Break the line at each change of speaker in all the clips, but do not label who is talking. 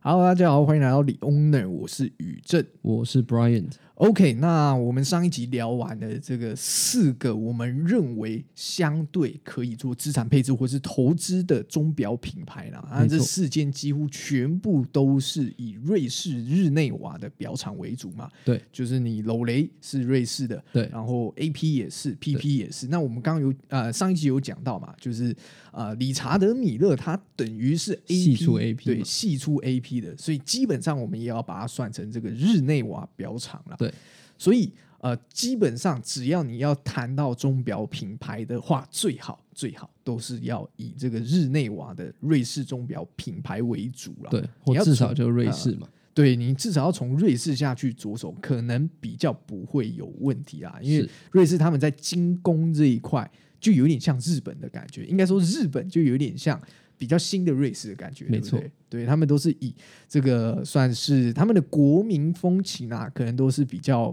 Hello，大家好，欢迎来到李 Owner，我是宇正。
我是 Brian，
OK，那我们上一集聊完了这个四个我们认为相对可以做资产配置或是投资的钟表品牌啦，啊，
没
这
错
四件几乎全部都是以瑞士日内瓦的表厂为主嘛，
对，
就是你楼雷是瑞士的，
对
然后 A P 也是，P P 也是。那我们刚刚有呃上一集有讲到嘛，就是呃理查德米勒他等于是 A P
系出 AP
对
嘛
系出 A P 的，所以基本上我们也要把它算成这个日内瓦表厂了。
对，
所以呃基本上只要你要谈到钟表品牌的话，最好最好都是要以这个日内瓦的瑞士钟表品牌为主了。
对，
你
或
要呃
至少
从
就瑞士嘛，
对你至少要从瑞士下去着手，可能比较不会有问题啦。因为
是
瑞士他们在精工这一块就有点像日本的感觉，应该说日本就有点像比较新的瑞士的感觉，
没
对不对
错
对他们都是以这个算是他们的国民风情啊，可能都是比较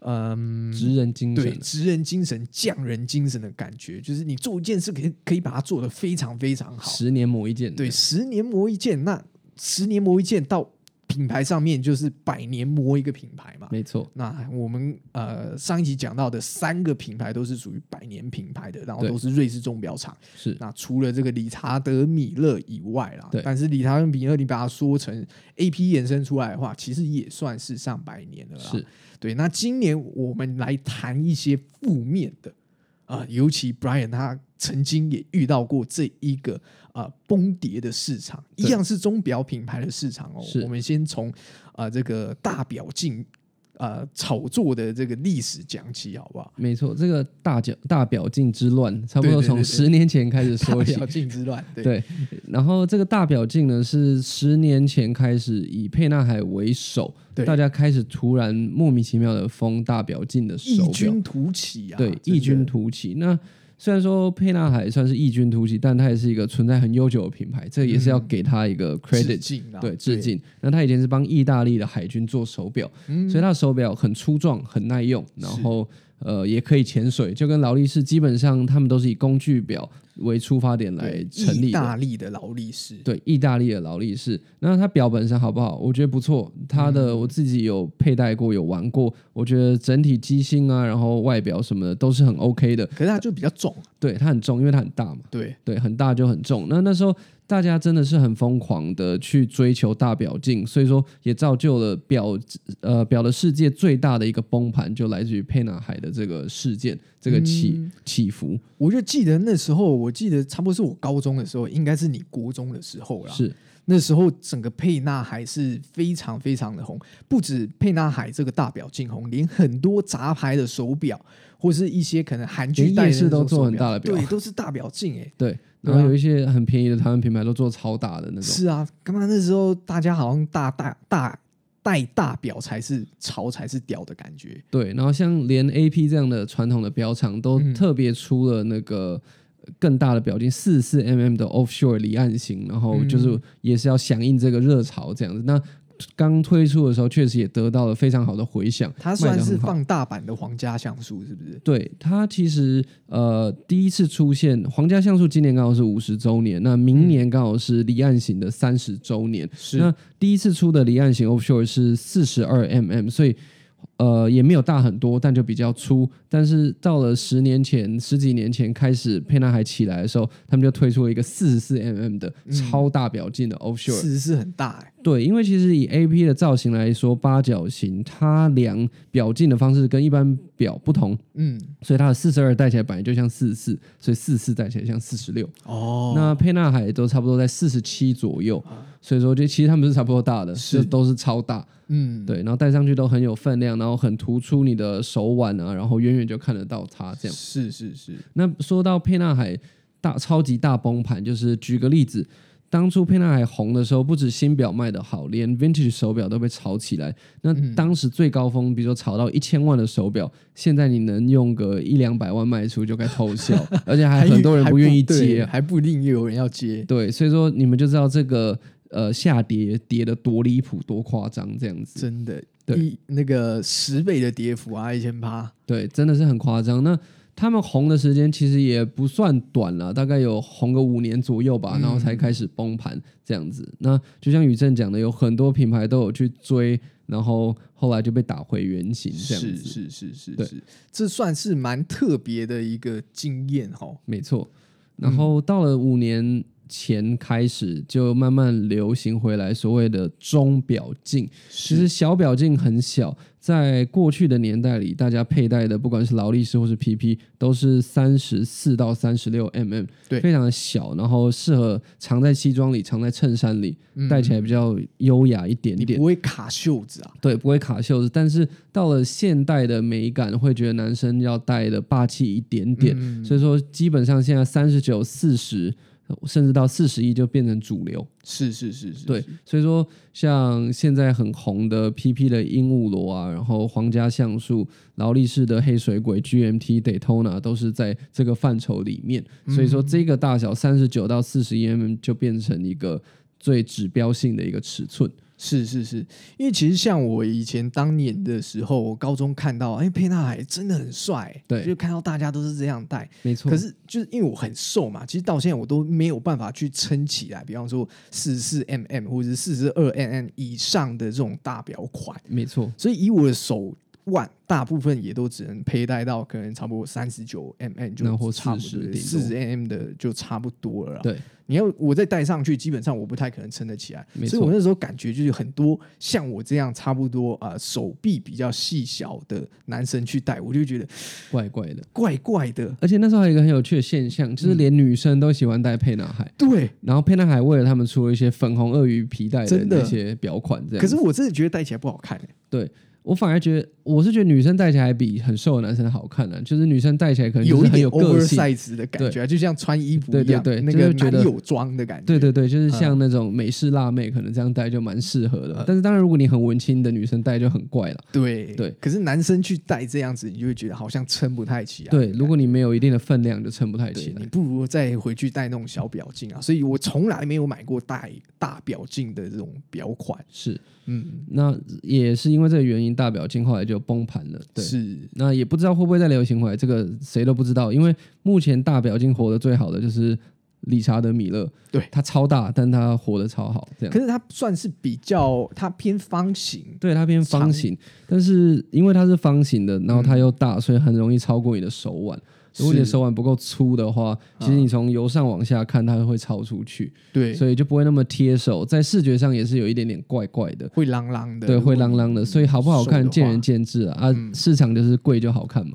嗯。
职人精
对
神，
职人精神、匠人精神的感觉，就是你做一件事可以可以把它做得非常非常好，
十年磨一剑，
对，，十年磨一剑，那十年磨一剑到品牌上面就是百年磨一个品牌嘛。
没错，
那我们呃上一集讲到的三个品牌都是属于百年品牌的，然后
对
都是瑞士钟表厂。
是
那除了这个理查德米勒以外啦
对，
但是理查德米勒你把它说成 A P 延伸出来的话，其实也算是上百年了啦。
是，
对，那今年我们来谈一些负面的啊、尤其 Brian 他曾经也遇到过这一个啊、崩跌的市场，一
对
样是钟表品牌的市场哦
是。
我们先从啊、这个大表镜啊炒作的这个历史讲起，好不好？
没错，这个大脚大表镜之乱，差不
对
多
对对
从
对
十年前开始
大
说起
表，镜之乱，对
对，然后这个大表镜呢是十年前开始以沛纳海为首
对，
大家开始突然莫名其妙的封大表镜的手
异
表，
军突起啊！
对，异
真
军
的
突起。那虽然说沛纳海算是异军突起，但它也是一个存在很悠久的品牌，这也是要给它一个
致。
credit
嗯敬啊！
对，致。敬。那他以前是帮意大利的海军做手表，
嗯
所以他的手表很粗壮、很耐用，然后呃也可以潜水，就跟劳力士基本上他们都是以工具表为出发点来
对
成
意
立的。
大利的劳力士，
对，意大利的劳力士，那它表本身好不好？我觉得不错，它的、
嗯
我自己有佩戴过，有玩过，我觉得整体机芯啊，然后外表什么的都是很 OK 的。
可是它就比较重啊，
对，它很重，因为它很大嘛。
对，
对，很大就很重。那那时候大家真的是很疯狂的去追求大表镜，所以说也造就了表呃表的世界最大的一个崩盘，就来自于沛纳海的这个事件，这个起、
嗯
起伏
我就记得那时候，我记得差不多是我高中的时候，应该是你国中的时候啦。
是
那时候整个沛纳海是非常非常的红，不止沛纳海这个大表镜红，连很多杂牌的手表，或是一些可能韩剧
连
代
夜
言
市
的
都
手
做很
表
大的表
对，都是大表镜哎、
对。
对啊
然后有一些很便宜的台湾品牌都做超大的那种，
是啊，干嘛那时候大家好像大大大戴大表才是潮才是屌的感觉，
对。然后像连 A P 这样的传统的表厂都
嗯
特别出了那个更大的表镜，四四 mm 的 offshore 离岸型，然
嗯
后就是也是要响应这个热潮这样子。那刚推出的时候，确实也得到了非常好的回响，
它
卖
算
得
是
很好。
放大版的皇家橡树，是不是？
对它其实呃第一次出现皇家橡树，今年刚好是五十周年，那明年刚好是离岸型的三十周年。
是
那第一次出的离岸型 offshore 是四十二 mm，所以呃也没有大很多，但就比较粗。但是到了十年前、十几年前开始沛纳海起来的时候，他们就推出了一个四十四 mm 的超大表镜的 offshore。
事实嗯是很大哎、
对，因为其实以 A P 的造型来说，八角形它量表镜的方式跟一般表不同，
嗯，
所以它的四十二戴起来本来就像四十四，所以四十四戴起来像四十六。
哦，啊
那沛纳海都差不多在四十七左右，所以说就其实他们是差不多大的，
是
就都是超大，
嗯，
对，然后戴上去都很有分量，然后很突出你的手腕啊，然后远远就看得到它这样。
是是是，
那说到沛纳海大超级大崩盘，就是举个例子，当初沛纳海红的时候，不止新表卖的好，连 vintage 手表都被炒起来。那当时最高峰，比如说炒到一千万的手表，现在你能用个一两百万卖出就该偷笑，而且还很多人不愿意
对
接啊。
还不一定有人要接。
对，所以说你们就知道这个呃下跌跌的多离谱、多夸张这样子。
真的，
对
一那个十倍的跌幅啊，一千趴，
对，真的是很夸张。那他们红的时间其实也不算短了，大概有红个五年左右吧，然后才开始崩盘这样子。那就像宇正讲的，有很多品牌都有去追，然后后来就被打回原形这样
是
子。
是是是
对
是，这算是蛮特别的一个经验哦哈。
没错。然后到了五年前开始，就慢慢流行回来所谓的钟表镜。其实小表镜很小，在过去的年代里，大家佩戴的不管是劳力士或是 PP，都是三十四到三十六 mm，
对
非常的小，然后适合藏在西装里、藏在衬衫里，戴起来比较优雅嗯一点
你
点
不。会卡袖子啊？
对，不会卡袖子，但是到了现代的美感，会觉得男生要戴的霸气一点点，所以说基本上现在三十九、四十，甚至到四十一就变成主流。
是是是是，
对，所以说像现在很红的 PP 的鹦鹉螺啊，然后皇家橡树、劳力士的黑水鬼、GMT、Daytona 都是在这个范畴里面。所以说
嗯
这个大小三十九到四十 mm 就变成一个最指标性的一个尺寸。
是是是，因为其实像我以前当年的时候，我高中看到，哎，沛纳海真的很帅，
对
就看到大家都是这样戴。
没错
可，是就是因为我很瘦嘛，其实到现在我都没有办法去撑起来，比方说四十四 mm 或者是四十二 mm 以上的这种大表款，
没错。
所以以我的手腕，大部分也都只能佩戴到可能差不多三十九 mm
那或
就差不
40
多，
顶多
四十 mm 的就差不多了啦。啊
对，
你要我再戴上去，基本上我不太可能撑得起来。
没错
所以我那时候感觉就是很多像我这样差不多啊、呃手臂比较细小的男生去戴，我就觉得
怪怪的。
怪怪的。
而且那时候还有一个很有趣的现象，
嗯
就是连女生都喜欢戴沛纳海，
对，
然后沛纳海为了他们出了一些粉红鳄鱼皮带
真的
那些表款，这样。
可是我真的觉得戴起来不好看、欸。
对我反而觉得，我是觉得女生戴起来比很瘦的男生好看的、就是女生戴起来可能就
有
是
一
很
点
有个性。
oversize 的感觉啊，就像穿衣服一样，
对对对
那
就是
个
觉得
蛮有装的感觉。嗯
对对对，就是像那种美式辣妹，可能这样戴就蛮适合的。但是当然，如果你很文青的女生戴就很怪了。
对
对
可是男生去戴这样子，你就会觉得好像撑不太起来。
对，如果你没有一定的分量，就撑不太
对
起来
你。不如再回去戴那种小表镜啊。所以我从来没有买过戴大表镜的这种表款。
是，
嗯，
那也是因为这个原因，大表镜后来就崩盘了。对，
是
那也不知道会不会再流行回来，这个谁都不知道。因为目前大表镜活得最好的就是理查德米勒，
对
他超大，但他活得超好，这样
可。是它算是比较，它偏方形。
对，它偏方形，但是因为它是方形的，然后它又大，所以很容易超过你的手腕。如果你的
是
手腕不够粗的话，其实你从由上往下看，它会超出去，
对，
所以就不会那么贴手，在视觉上也是有一点点怪怪的。
会啷啷的，
对，会啷啷的，所以好不好
瘦
看
的
见仁
话
见智啊。啊，市场就是贵就好看嘛，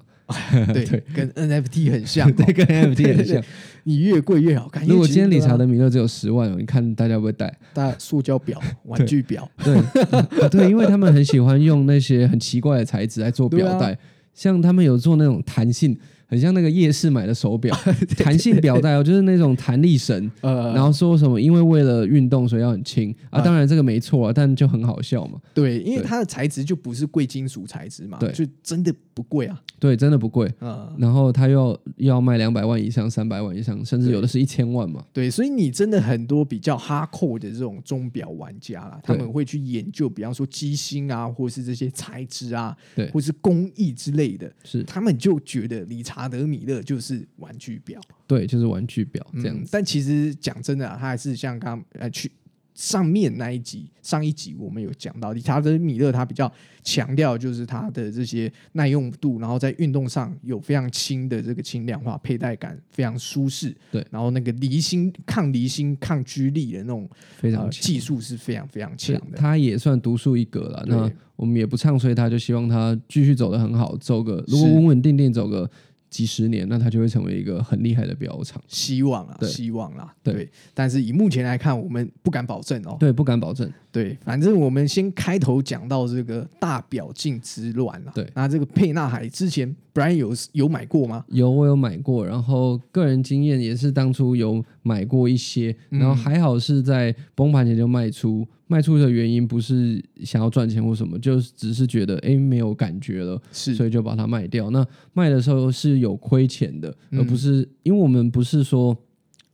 对，跟 NFT 很像哦。
对，跟 NFT 很
对哎
像。
你越贵越好看。
如果今天理查
的
德米勒只有十万哦，你看大家会不会戴？
啊大塑胶 表、玩具表，
对、啊 对，因为他们很喜欢用那些很奇怪的材质来做
啊
表带，像他们有做那种弹性，很像那个夜市买的 手表，弹性表带哦，就是那种弹力绳。
呃，
然后说什么？因为为了运动，所以要很轻啊！
啊
当然这个没错啊，但就很好笑嘛。
对，因为
对
它的材质就不是贵金属材质嘛，
对
就真的不贵啊，
对，真的不贵。
嗯，
然后他又又要卖两百万以上、三百万以上，甚至有的是一千万嘛。
对，所以你真的很多比较哈扣的这种钟表玩家啦，他
对
们会去研究，比方说机芯啊，或是这些材质啊，
对
或是工艺之类的，
是
他们就觉得理查德米勒就是玩具表
对，就是玩具表这样
嗯
子。
但其实讲真的、啊，他还是像刚呃去。上面那一集，上一集我们有讲到理查德米勒，他比较强调就是他的这些耐用度，然后在运动上有非常轻的这个轻量化，佩戴感非常舒适，
对
然后那个离心、抗离心、抗拘力的那种
非常
呃
强
技术是非常非常强
对
的，
他也算独树一格了。
对
那我们也不唱衰他，就希望他继续走得很好，走个如果
是
稳稳定定走个几十年，那他就会成为一个很厉害的表厂。
希望啊，
对
希望啦，
对
对。但是以目前来看，我们不敢保证哦，
对，不敢保证。
对，反正我们先开头讲到这个大表镜之乱啦。
对
那这个沛纳海之前 Brian 有有买过吗？
有我有买过，然后个人经验也是当初有买过一些，然后还好是在崩盘前就卖出。卖出的原因不是想要赚钱或什么，就是只是觉得诶没有感觉了，所
是
以就把它卖掉。那卖的时候是有亏钱的，
嗯
而不是因为我们不是说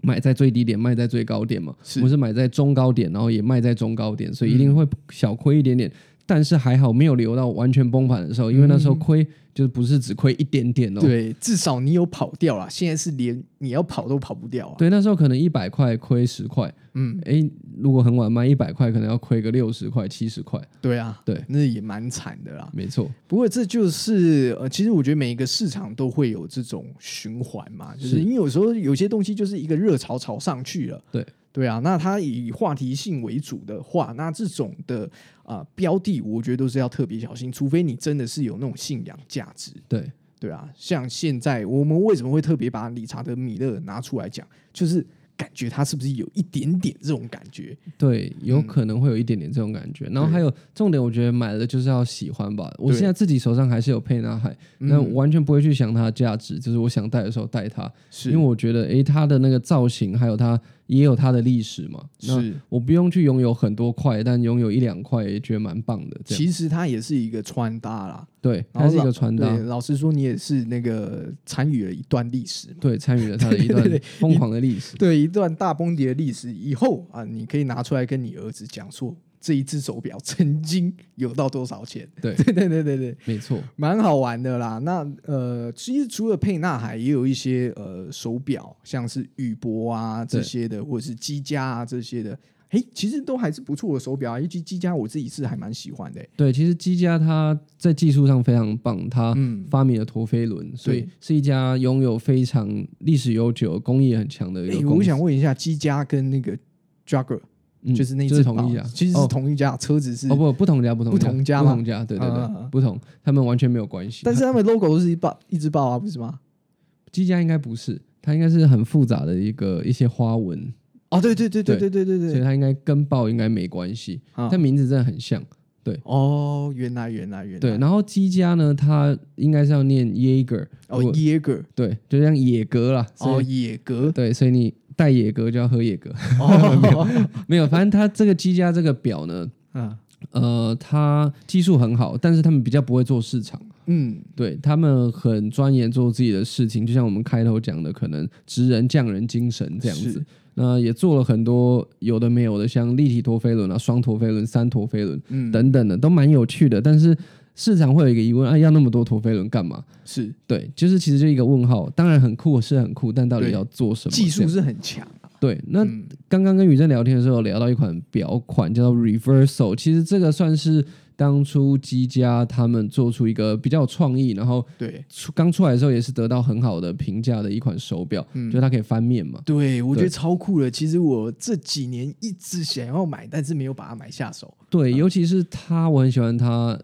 买在最低点，卖在最高点嘛，
是嗯
我们是买在中高点，然后也卖在中高点，所以一定会小亏一点点。但是还好没有留到完全崩盘的时候，因为那时候亏就是不是只亏一点点哦。
嗯对，至少你有跑掉啦。现在是连你要跑都跑不掉啊。
对，那时候可能一百块亏十块，
嗯，
诶，如果很晚卖一百块，可能要亏个六十块、七十块。
对啊，
对，
那也蛮惨的啦。
没错，
不过这就是呃，其实我觉得每一个市场都会有这种循环嘛，就是
是
因为有时候有些东西就是一个热潮炒上去了，
对
对啊，那它以话题性为主的话，那这种的啊、呃标的，我觉得都是要特别小心，除非你真的是有那种信仰价值，
对，
对啊，像现在我们为什么会特别把理查德米勒拿出来讲，就是感觉他是不是有一点点这种感觉？
对，有
嗯
可能会有一点点这种感觉。然后还有重点，我觉得买了就是要喜欢吧。我
对嗯
现在自己手上还是有沛纳海，那我完全不会去想它的价值，就是我想戴的时候戴它，
是
因为我觉得诶，它的那个造型还有它也有它的历史嘛。那
是，
我不用去拥有很多块，但拥有一两块也觉得蛮棒的。这样
其实它也是一个穿搭啦。
对，啊
然
它
后
是一
老
个传达
对，，老实说，你也是那个参与了一段历史嘛，
对，参与了它的一段
对对
疯狂的历史。
对，一段大崩跌的历史。以后啊，你可以拿出来跟你儿子讲说，这一只手表曾经有到多少钱？
对
对对对对对，
没错，
蛮好玩的啦。那呃，其实除了沛纳海，也有一些呃手表，像是宇舶啊这
对
些的，或者是积家啊这些的。诶，其实都还是不错的手表啊，尤其积家我自己是还蛮喜欢的、
对，其实积家它在技术上非常棒，它
嗯
发明了陀飞轮，所以是一家拥有非常历史悠久、工艺很强的一
诶，
个公
我
司。
想问一下，积家跟那个 Jagger
嗯
就是那只
这是同
宝
一家，
其实是
哦
同一家，车子是
哦，不不同家，不同
不同家
不
吗
同家，对对
啊啊
对
啊，
不同，他们完全没有关系。
但是
它
他们 logo 都是一豹一只豹啊，不是吗？
积家应该不是，它应该是很复杂的一个一些花纹，
哦，对对对对对
对
对对
所以
对，
它应该跟豹应该没关系，
啊
但名字真的很像。
哦，原来原来原来，
对，，然后积家呢，它应该是要念 Jaeger，
哦
如果
野格，
对，就像野格啦，所
哦
以
野 格，
对，所以你带野格就要喝野格。
哦，
没有，反正它这个积家这个表呢，
嗯
呃，它技术很好，但是他们比较不会做市场，啊
嗯，
对他们很钻研做自己的事情，就像我们开头讲的，可能职人匠人精神这样子
是。
那也做了很多有的没有的，像立体陀飞轮啊、双陀飞轮、三陀飞轮、
嗯
等等的，都蛮有趣的。但是市场会有一个疑问：啊，要那么多陀飞轮干嘛？
是
对，就是其实就一个问号。当然很酷是很酷，但到底
对
要做什么？
技
这
术
样
是很强啊，
对，那
嗯
刚刚跟宇正聊天的时候，聊到一款表款叫做 Reversal，其实这个算是当初积家他们做出一个比较有创意，然后
对
出刚出来的时候也是得到很好的评价的一款手表，
嗯
就它可以翻面嘛。
对，我觉得
对
超酷的。其实我这几年一直想要买，但是没有把它买下手。
对，尤其是它，我很喜欢它。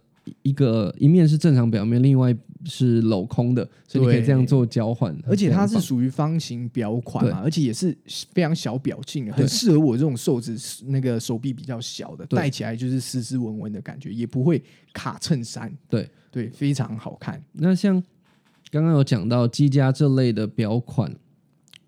一个一面是正常表面，另外是镂空的，所以你可以
对
这样做交换。
而且它是
嗯非常棒
属于方形表款嘛，而且也是非常小表径的，很
对
适合我这种瘦子，那个手臂比较小的，
对
戴起来就是斯斯文文的感觉，也不会卡衬衫。
对
对，非常好看。
那像刚刚有讲到积家这类的表款，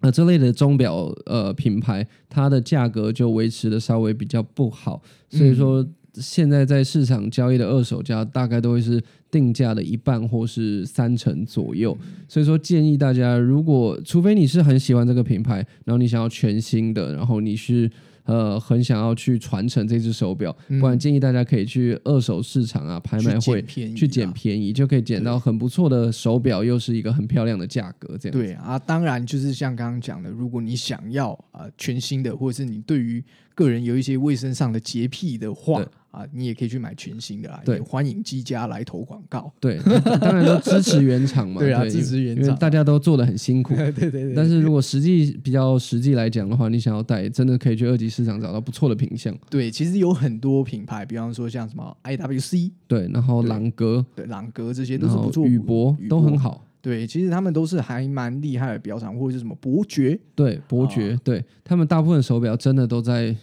那、这类的钟表呃品牌，它的价格就维持的稍微比较不好，所以说
嗯
现在在市场交易的二手价大概都会是定价的一半或是三成左右。所以说建议大家，如果除非你是很喜欢这个品牌，然后你想要全新的，然后你是。呃，很想要去传承这只手表，不然建议大家可以去二手市场啊、拍卖
嗯去
会
捡便宜啊
去捡便宜，就可以捡到很不错的手表，又是一个很漂亮的价格，这样。
对啊，当然就是像刚刚讲的，如果你想要啊、呃全新的，或者是你对于个人有一些卫生上的洁癖的话
对
啊、你也可以去买全新的啊。
对
也欢迎积家来投广告。
对， 当然都支持原厂嘛，
对啊
因为
支持原厂
因为大家都做的很辛苦。
对对对
但是如果实际比较实际来讲的话，你想要带，真的可以去二级市场找到不错的品相。
对，其实有很多品牌，比方说像什么 IWC、
对，然后
对
朗格，
对朗格这些都
然
是
后
不错，
宇舶都很。好。
对，其实他们都是还蛮厉害的表厂，或者是什么伯爵。
对，伯爵，
啊
对他们大部分手表真的都在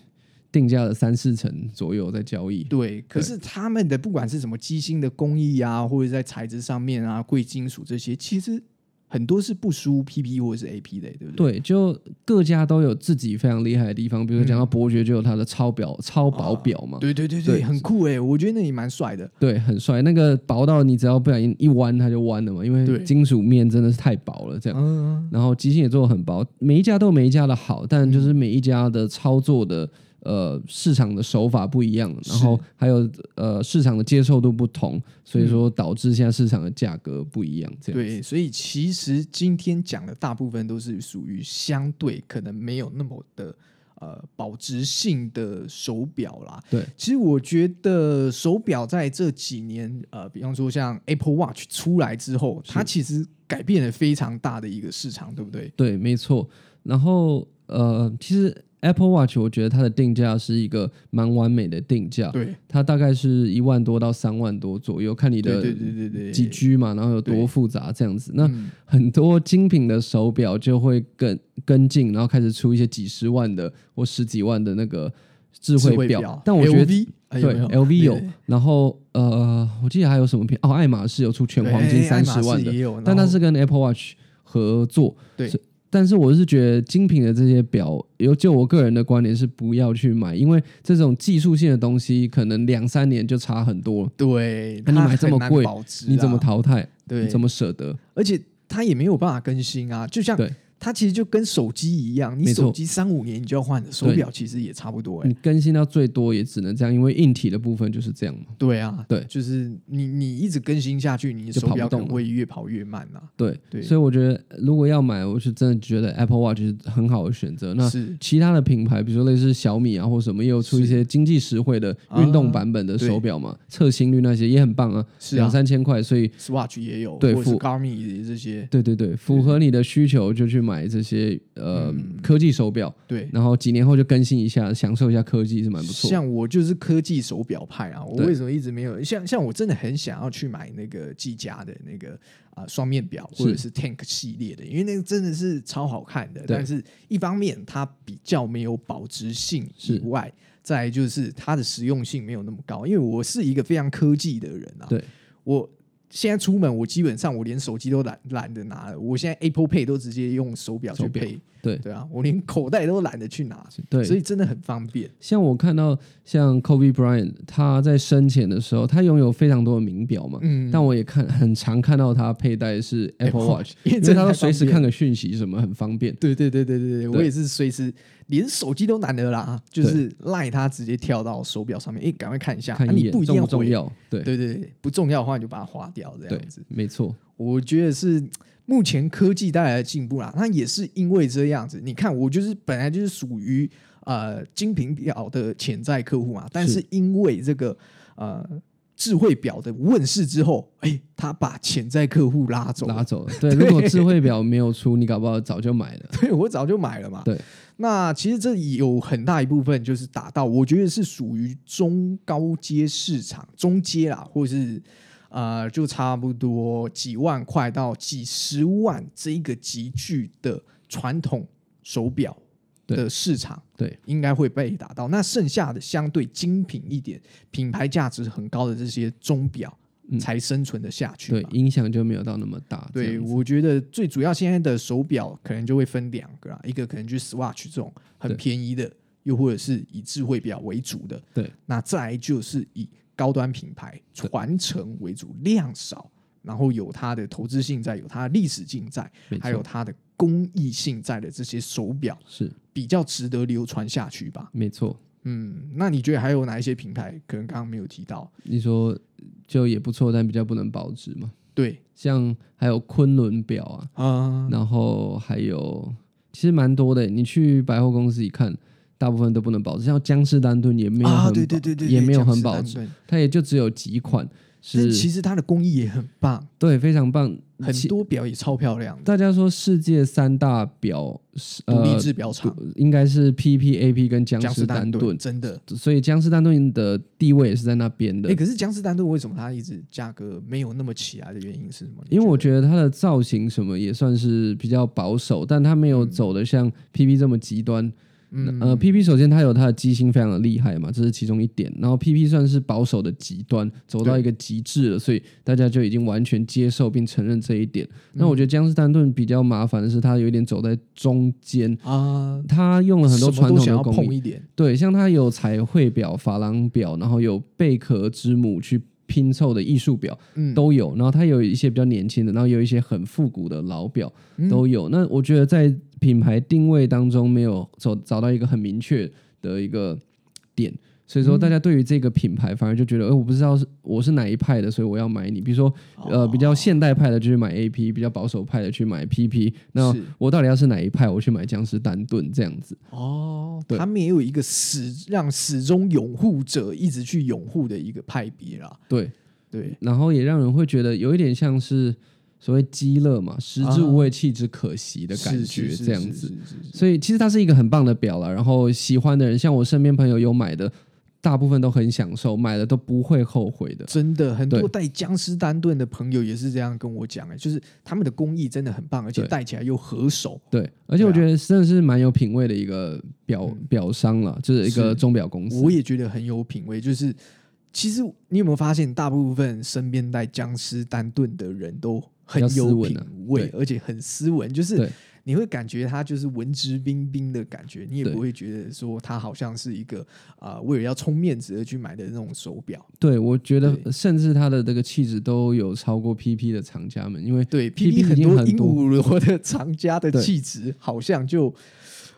定价的三四成左右在交易。
对，可是他们的不管是什么机芯的工艺啊，或者在材质上面啊，贵金属这些，其实很多是不输 PP 或者是 AP 的，对不对？
对，就各家都有自己非常厉害的地方，比如说讲到
嗯
伯爵就有它的超表、超薄表嘛，
对对对对，
对
很酷哎、我觉得那也蛮帅的。
对，很帅，那个薄到你只要不小心一弯它就弯了嘛，因
对
为金属面真的是太薄了，这样。
嗯，
然后机芯也做的很薄，每一家都有每一家的好，但就是每一家的操作的呃市场的手法不一样，然后还有呃市场的接受度不同，所以
嗯
说导致现在市场的价格不一样。这样
对，所以其实今天讲的大部分都是属于相对可能没有那么的呃保值性的手表啦。
对，
其实我觉得手表在这几年，呃，比方说像 Apple Watch 出来之后，它其实改变了非常大的一个市场，对不对？
对，没错。然后呃，其实 Apple Watch 我觉得它的定价是一个蛮完美的定价，
对，
它大概是一万多到三万多左右，看你
对对
的
对对对，
几 G 嘛，然后有
对
多复杂这样子。那
嗯
很多精品的手表就会跟跟进，然后开始出一些几十万的或十几万的那个智
智
慧
慧
表。但我觉得
LV 哎有没
对
有
LV 有
对对，
然后呃，我记得还有什么品哦，爱马仕有出全
对
黄金
哎爱
三
马
十万
仕
的，
也有，
但它
它
是跟 Apple Watch 合作。
对
所以，但是我是觉得精品的这些表，有就我个人的观点是不要去买，因为这种技术性的东西，可能两三年就差很多了。
对，
那你
它
买这
很
么
难
贵
保值
你怎么
啊
淘汰？
对
你怎么舍得？
而且它也没有办法更新啊，就像
对
它其实就跟手机一样，你
没错嗯
手机三五年你就要换了，手表其实也差不多哎、
你更新到最多也只能这样，因为硬体的部分就是这样嘛。
对啊，
对
就是你你一直更新下去，你的
就
手
跑不
表可能
动了
会越跑越慢啊呐、
对，
对
所以我觉得如果要买，我是真的觉得 Apple Watch 是很好的选择。那
是
其他的品牌，比如说类似小米啊或什么，也有出一些经济实惠的运动版本的手表嘛，测心率那些也很棒啊，
啊是
两
啊
三千块，所以
，Swatch 也有，
对
或者是
付
Garmin 这些，
对对对，符合你的需求就去买这些呃、
嗯
科技手表，
对，
然后几年后就更新一下，享受一下科技是蛮不错的。
像我就是科技手表派啊，我
对
为什么一直没有？像像我真的很想要去买那个技嘉的那个啊、双面表，
是
或者是 Tank 系列的，因为那个真的是超好看的。
对
但是一方面它比较没有保值性
是
以外，再来就是它的实用性没有那么高。因为我是一个非常科技的人啊，
对，
我。现在出门，我基本上我连手机都懒懒得拿了。我现在 Apple Pay 都直接用手表去
手表
配，
对
对啊，我连口袋都懒得去拿，
对，
所以真的很方便。
像我看到像 Kobe Bryant，他在生前的时候，他拥有非常多的名表嘛，
嗯，
但我也看很常看到他佩戴的是 Apple Watch，
因为
因为
这
他
他
都随时看。个讯息什么，很方便。
对对对对对对，我
对
也是随时连手机都懒得啦，就是赖它直接跳到手表上面，哎，赶快看一下，
看
啊
一
你
眼
不一定
重
要
不重
回。
要？对
对对对，不重要的话你就把它划掉，这样子。
没错，
我觉得是目前科技带来的进步啦，它也是因为这样子。你看，我就是本来就是属于呃精品表的潜在客户嘛，但是因为这个呃智慧表的问世之后，哎，它把潜在客户拉走了
拉走了。对，如果智慧表没有出，你搞不好早就买了。
对我早就买了嘛。
对，
那其实这有很大一部分就是打到，我觉得是属于中高阶市场，中阶啦，或是呃，就差不多几万块到几十万这一个集聚的传统手表
对
的市场。
对，
应该会被打到。那剩下的相对精品一点、品牌价值很高的这些钟表，
嗯
才生存的下 去嘛。
对，影响就没有到那么大。这
对，
样子
我觉得最主要现在的手表可能就会分两个啊啦，一个可能就是 Swatch 这种很
对
便宜的，又或者是以智慧表为主的。
对，
那再来就是以高端品牌传承为主，量少，然后有它的投资性在，有它的历史性在，
没错
还有它的公益性在的这些手表，
是
比较值得流传下去吧。
没错。
嗯，那你觉得还有哪一些品牌可能刚刚没有提到？
你说就也不错，但比较不能保值嘛。
对，
像还有昆仑表啊，
啊、
然后还有其实蛮多的，你去百货公司一看，大部分都不能保值，像江诗丹顿也没有很保、
啊，对对对对，
也没有
江
很
诗
保
丹
值，
顿
它也就只有几款
但
是
其实它的工艺也很棒，
对非常棒，
很
其
多表也超漂亮的，
大家说世界三大表是
独立
呃
制表厂，
应该是 PPAP 跟江
江
诗
诗
丹
丹顿
顿，
真的。
所以江诗丹顿的地位也是在那边的
哎，。可是江诗丹顿为什么它一直价格没有那么起来的原因是什么？你
因为我
得
觉得它的造型什么也算是比较保守，但它没有走的像 PP 这么极端，
嗯
呃，PP 首先它有它的机芯非常的厉害嘛，这是其中一点。然后 PP 算是保守的极端，走到一个极致了，所以大家就已经完全接受并承认这一点。那
嗯
我觉得江诗丹顿比较麻烦的是，它有一点走在中间，
啊，
它呃用了很多
什么
传
都
统
想
的
要
工
碰
艺，
一点，
对，像它有彩绘表、珐琅表，然后有贝壳之母去拼凑的艺术表
嗯，
都有，然后它有一些比较年轻的，然后有一些很复古的老表。
嗯
都有。那我觉得在品牌定位当中没有走找到一个很明确的一个店。所以
嗯
说，大家对于这个品牌反而就觉得，哎、我不知道是我是哪一派的，所以我要
哦
买你。比如说，呃，比较现代派的就去买 AP，比较保守派的去买 PP。那
是
我到底要是哪一派？我去买僵尸丹顿这样子。
哦，
对
他们也有一个始让始终拥护者一直去拥护的一个派别啦。
对，
对，
然后也让人会觉得有一点像是所谓饥乐嘛，食之无味，弃之可惜的感
啊是
觉
是是
这样
是
子。啊
是是
所以其实它是一个很棒的表了。然后喜欢的人，像我身边朋友有买的，大部分都很享受，买了都不会后悔的。
真的，很多
对
带僵尸丹顿的朋友也是这样跟我讲、欸，就是他们的工艺真的很棒，而且
对
戴起来又合手。
对，而且我
对
觉得真的是蛮有品味的一个表、表商了，就是一
嗯
个
是
钟表公司
我。也觉得很有品味。就是其实你有没有发现，大部分身边带僵尸丹顿的人都很
比较斯
有
文
品
啊
味，
对
而且很斯文，就是
对
你会感觉他就是文质彬彬的感觉，你也
对
不会觉得说他好像是一个啊、呃为了要充面子而去买的那种手表。
对，我觉
对
得甚至它的这个气质都有超过 PP 的厂家们，因为
对
PP
，PP
已
很
经
多
很
鹦
多
鹉螺的藏家的
对
气质好像就。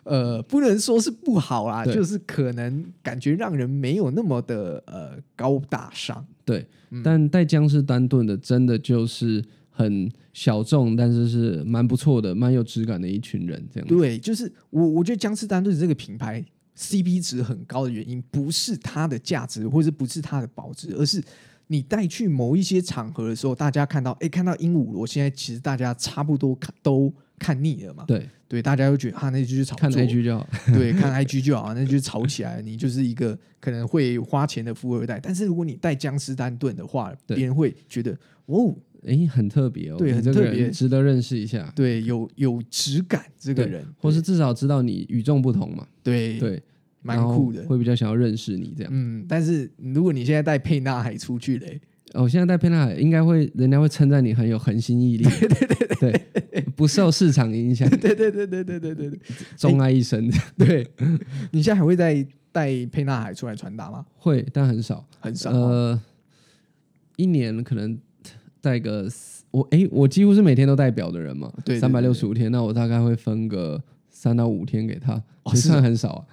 呃，不能说是不好啦，
对
就是可能感觉让人没有那么的呃高大上。
对，
嗯
但带僵尸丹顿的真的就是很小众，但是是蛮不错的，蛮有质感的一群人这样子。
对，就是我我觉得江诗丹顿这个品牌 CP 值很高的原因，不是它的价值，或者不是它的保值，而是你带去某一些场合的时候，大家看到，哎，看到鹦鹉螺，现在其实大家差不多看都看腻了嘛，
对，
对，大家都觉得啊，那就是炒作，
看 IG 就好。
对，看 IG 就好，那就是吵起来，你就是一个可能会花钱的富二代。但是如果你带江诗丹顿的话，
对
别人会觉得哦，
诶，很特别哦，
对
你
很
这个
特别
人值得认识一下，
对，有有质感这个
对
人，
或是至少知道你与众不同嘛。
对，
对，
蛮
然后
酷的。
会比较想要认识你这样。
嗯，但是如果你现在带沛纳海出去嘞，
哦，现在戴佩纳海应该会，人家会称赞你很有恒心毅力，对对对不受市场影响，
对对对对对对对对，
钟爱 一生。
对，你现在还会带带沛纳海出来传达吗？
会，但很少。
很少哦，
呃，一年可能戴个四我诶，我几乎是每天都戴表的人嘛，
对对
三百
对
六十五天，那我大概会分个三到五天给他，
哦
其实
是
算很少啊，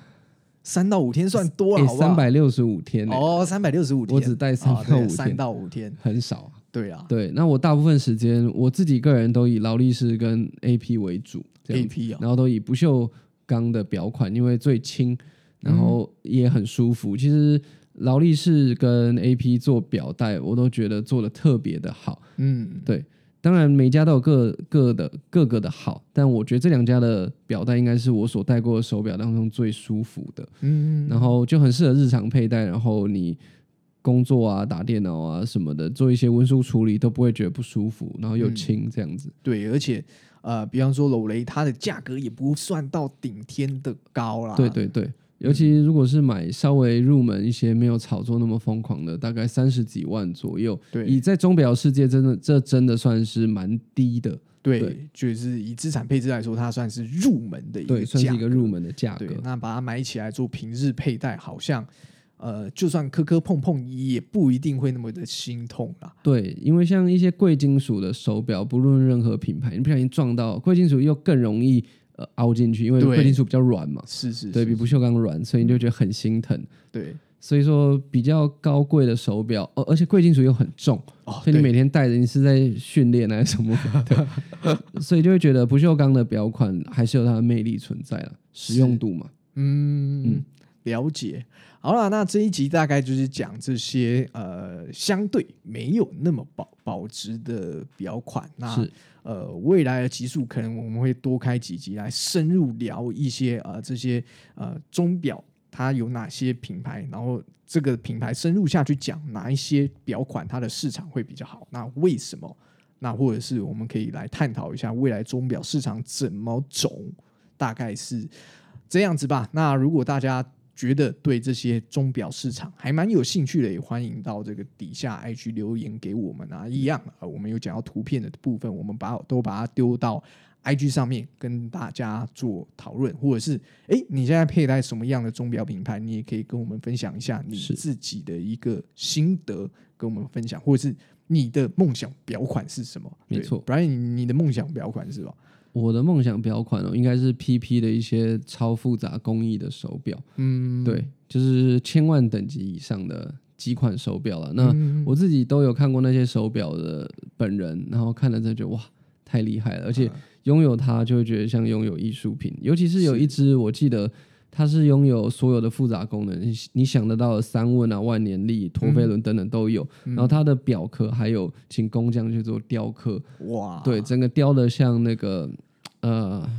三到五天算多了，好不好
三百六十五天、欸，
哦，三百六十五天，
我只带三
啊
到
对
五
三
天
到五天，
很少啊。
对啊
对，那我大部分时间我自己个人都以劳力士跟 AP 为主，这
，A
样子
P 啊，
然后都以不锈钢的表款，因为最轻，然后
嗯
也很舒服。其实劳力士跟 AP 做表带，我都觉得做的特别的好。
嗯，
当然，每家都有各各的各个的好，但我觉得这两家的表带应该是我所戴过的手表当中最舒服的，
嗯，
然后就很适合日常佩戴。然后你工作啊、打电脑啊什么的，做一些文书处理都不会觉得不舒服，然后
嗯
又轻这样子。
对，而且呃，比方说楼雷，它的价格也不算到顶天的高啦，
对对对，尤其
嗯
如果是买稍微入门一些，没有炒作那么疯狂的，大概三十几万左右。
对
以在钟表世界，真的这真的算是蛮低的，
对
对，
就是以资产配置来说，它算是入门的一个
对，算
价
是一个入门的价格
对。，那把它买起来做平日佩戴，好像呃，就算磕磕碰碰，也不一定会那么的心痛啦。
对，因为像一些贵金属的手表，不论任何品牌，你不小心撞到贵金属，又更容易呃凹进去，因为
对
贵金属比较软嘛，
是是
对
是嗯
比不锈钢软，所以你就觉得很心疼。
对
所以说，比较高贵的手表，呃，而且贵金属又很重，
哦，
所以你
对
每天戴着，你是在训练还是什么？ 对，所以就会觉得不锈钢的表款还是有它的魅力存在了，实用度嘛。
嗯，了解。好了，那这一集大概就是讲这些呃，相对没有那么保保值的表款。那
是
呃，未来的集数可能我们会多开几集来深入聊一些呃这些呃钟表它有哪些品牌，然后这个品牌深入下去讲哪一些表款它的市场会比较好，那为什么？那或者是我们可以来探讨一下未来钟表市场怎么走，大概是这样子吧。那如果大家觉得对这些钟表市场还蛮有兴趣的，也欢迎到这个底下 IG 留言给我们啊。一样啊，我们有讲到图片的部分，我们把都把它丢到 IG 上面跟大家做讨论，或者是诶，你现在佩戴什么样的钟表品牌，你也可以跟我们分享一下你
是
自己的一个心得，跟我们分享，或者是你的梦想表款是什么？
没
对
错
，Brian，你你的梦想表款是吧？
我的梦想表款哦，应该是 PP 的一些超复杂工艺的手表，
嗯，
对，就是千万等级以上的几款手表了。那
嗯
我自己都有看过那些手表的本人，然后看了真的觉得哇，太厉害了，而且拥有它就会觉得像拥有艺术品，尤其是有一只我记得。它是拥有所有的复杂功能，你你想得到的三问啊、万年历、陀飞轮等等都有。然后它的表壳还有请工匠去做雕刻，
哇，
嗯 对，整个雕的像那个呃，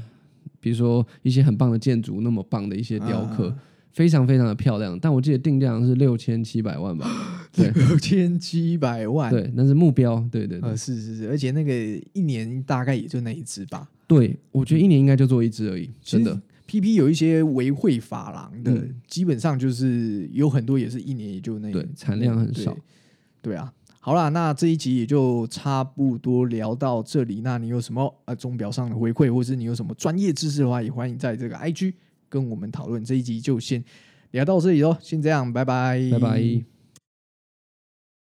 比如说一些很棒的建筑那么棒的一些雕刻，非常非常的漂亮。但我记得定价好像是六千七百万吧？对
六千七百万，
对，那是目标。对对对，
呃，是是是，而且那个一年大概也就那一只吧。
对我觉得一年应该就做一只而已，真的。嗯
P P 有一些维惠法郎的，基本上就是有很多也是一年也就那
对，产量很少
对。对啊，好啦，那这一集也就差不多聊到这里。那你有什么呃钟表上的回馈，或是你有什么专业知识的话，也欢迎在这个 I G 跟我们讨论。这一集就先聊到这里喽，先这样，拜拜，
拜拜。